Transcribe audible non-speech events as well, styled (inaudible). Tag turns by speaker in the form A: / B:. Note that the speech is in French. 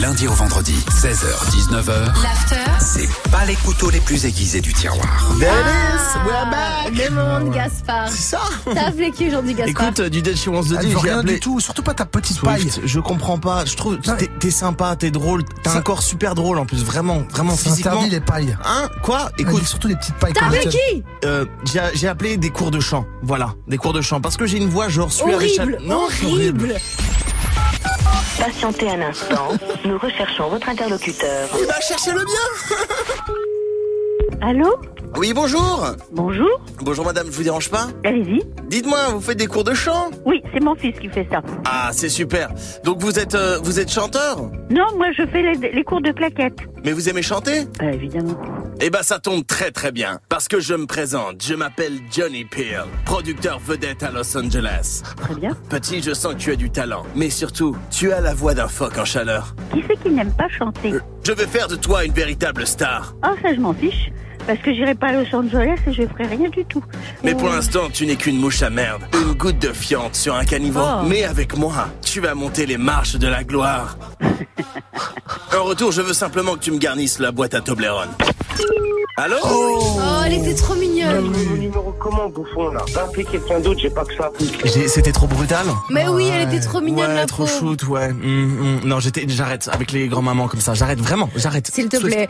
A: lundi au vendredi, 16h-19h.
B: L'after.
A: C'est pas les couteaux les plus aiguisés du tiroir.
C: Ah.
D: Dennis, we're back
C: Demande Gaspard.
D: C'est ça
C: T'as appelé qui aujourd'hui Gaspard
E: Écoute, euh, du Dead She Wants to
D: Elle
E: Die,
D: veut
E: j'ai
D: rien
E: appelé
D: du tout, surtout pas ta petite paille.
E: Swift. Je comprends pas. Je trouve
D: Non,
E: t'es- t'es sympa, t'es drôle, t'as
D: Ça-
E: un corps super drôle en plus, vraiment, vraiment
D: C'est
E: physiquement.
D: interdit les pailles.
E: Hein Quoi
D: Écoute,
E: Écoute,
D: surtout les petites pailles.
C: T'as
D: comme la
C: appelé
D: tienne.
C: qui
E: euh, j'ai j'ai appelé des cours de chant. Voilà, des cours de chant parce que j'ai une voix genre sueur et
C: Horrible,
E: chale- Non, c'est
C: horrible.
F: Patientez un instant, nous recherchons votre interlocuteur.
D: Oh,
E: Il va chercher le bien.
F: Allô
E: Oui, bonjour.
F: Bonjour
E: Bonjour madame, je vous dérange pas
F: Allez-y.
E: Dites-moi, vous faites des cours de chant
F: Oui, c'est mon fils qui fait ça.
E: Ah, c'est super. Donc vous êtes euh, vous êtes chanteur
F: Non, moi je fais les, les cours de plaquettes.
E: Mais vous aimez chanter
F: Bah évidemment.
E: Eh ben ça tombe très très bien, parce que je me présente, je m'appelle Johnny Peel, producteur vedette à Los Angeles.
F: Très bien.
E: Petit, je sens que tu as du talent, mais surtout, tu as la voix d'un phoque en chaleur. Euh,
F: Qui c'est qui n'aime pas chanter
E: Je vais faire de toi une véritable star,
F: Ah, ça je m'en fiche. Parce que j'irai pas à Los Angeles et je ferai rien du tout.
E: mais
F: Euh,
E: pour l'instant, tu n'es qu'une mouche à merde, une goutte de fiente sur un caniveau.
C: Oh.
E: Mais avec moi, tu vas monter les marches de la
F: (laughs)
E: gloire. en retour, je veux simplement que tu me garnisses la boîte à Toblerone. Allô
C: Oh, elle était trop mignonne.
E: Ah
G: Mon numéro comment, bouffon, là Va appeler quelqu'un d'autre, j'ai pas que ça.
E: C'était trop brutal
C: Mais oui, elle était trop mignonne la
E: Ouais, Mm, trop
C: pauvre.
E: shoot, ouais. Hum, hum. Non, j'étais, j'arrête avec les grands mamans comme ça. J'arrête vraiment, j'arrête.
C: S'il te
E: Swift.
C: plaît,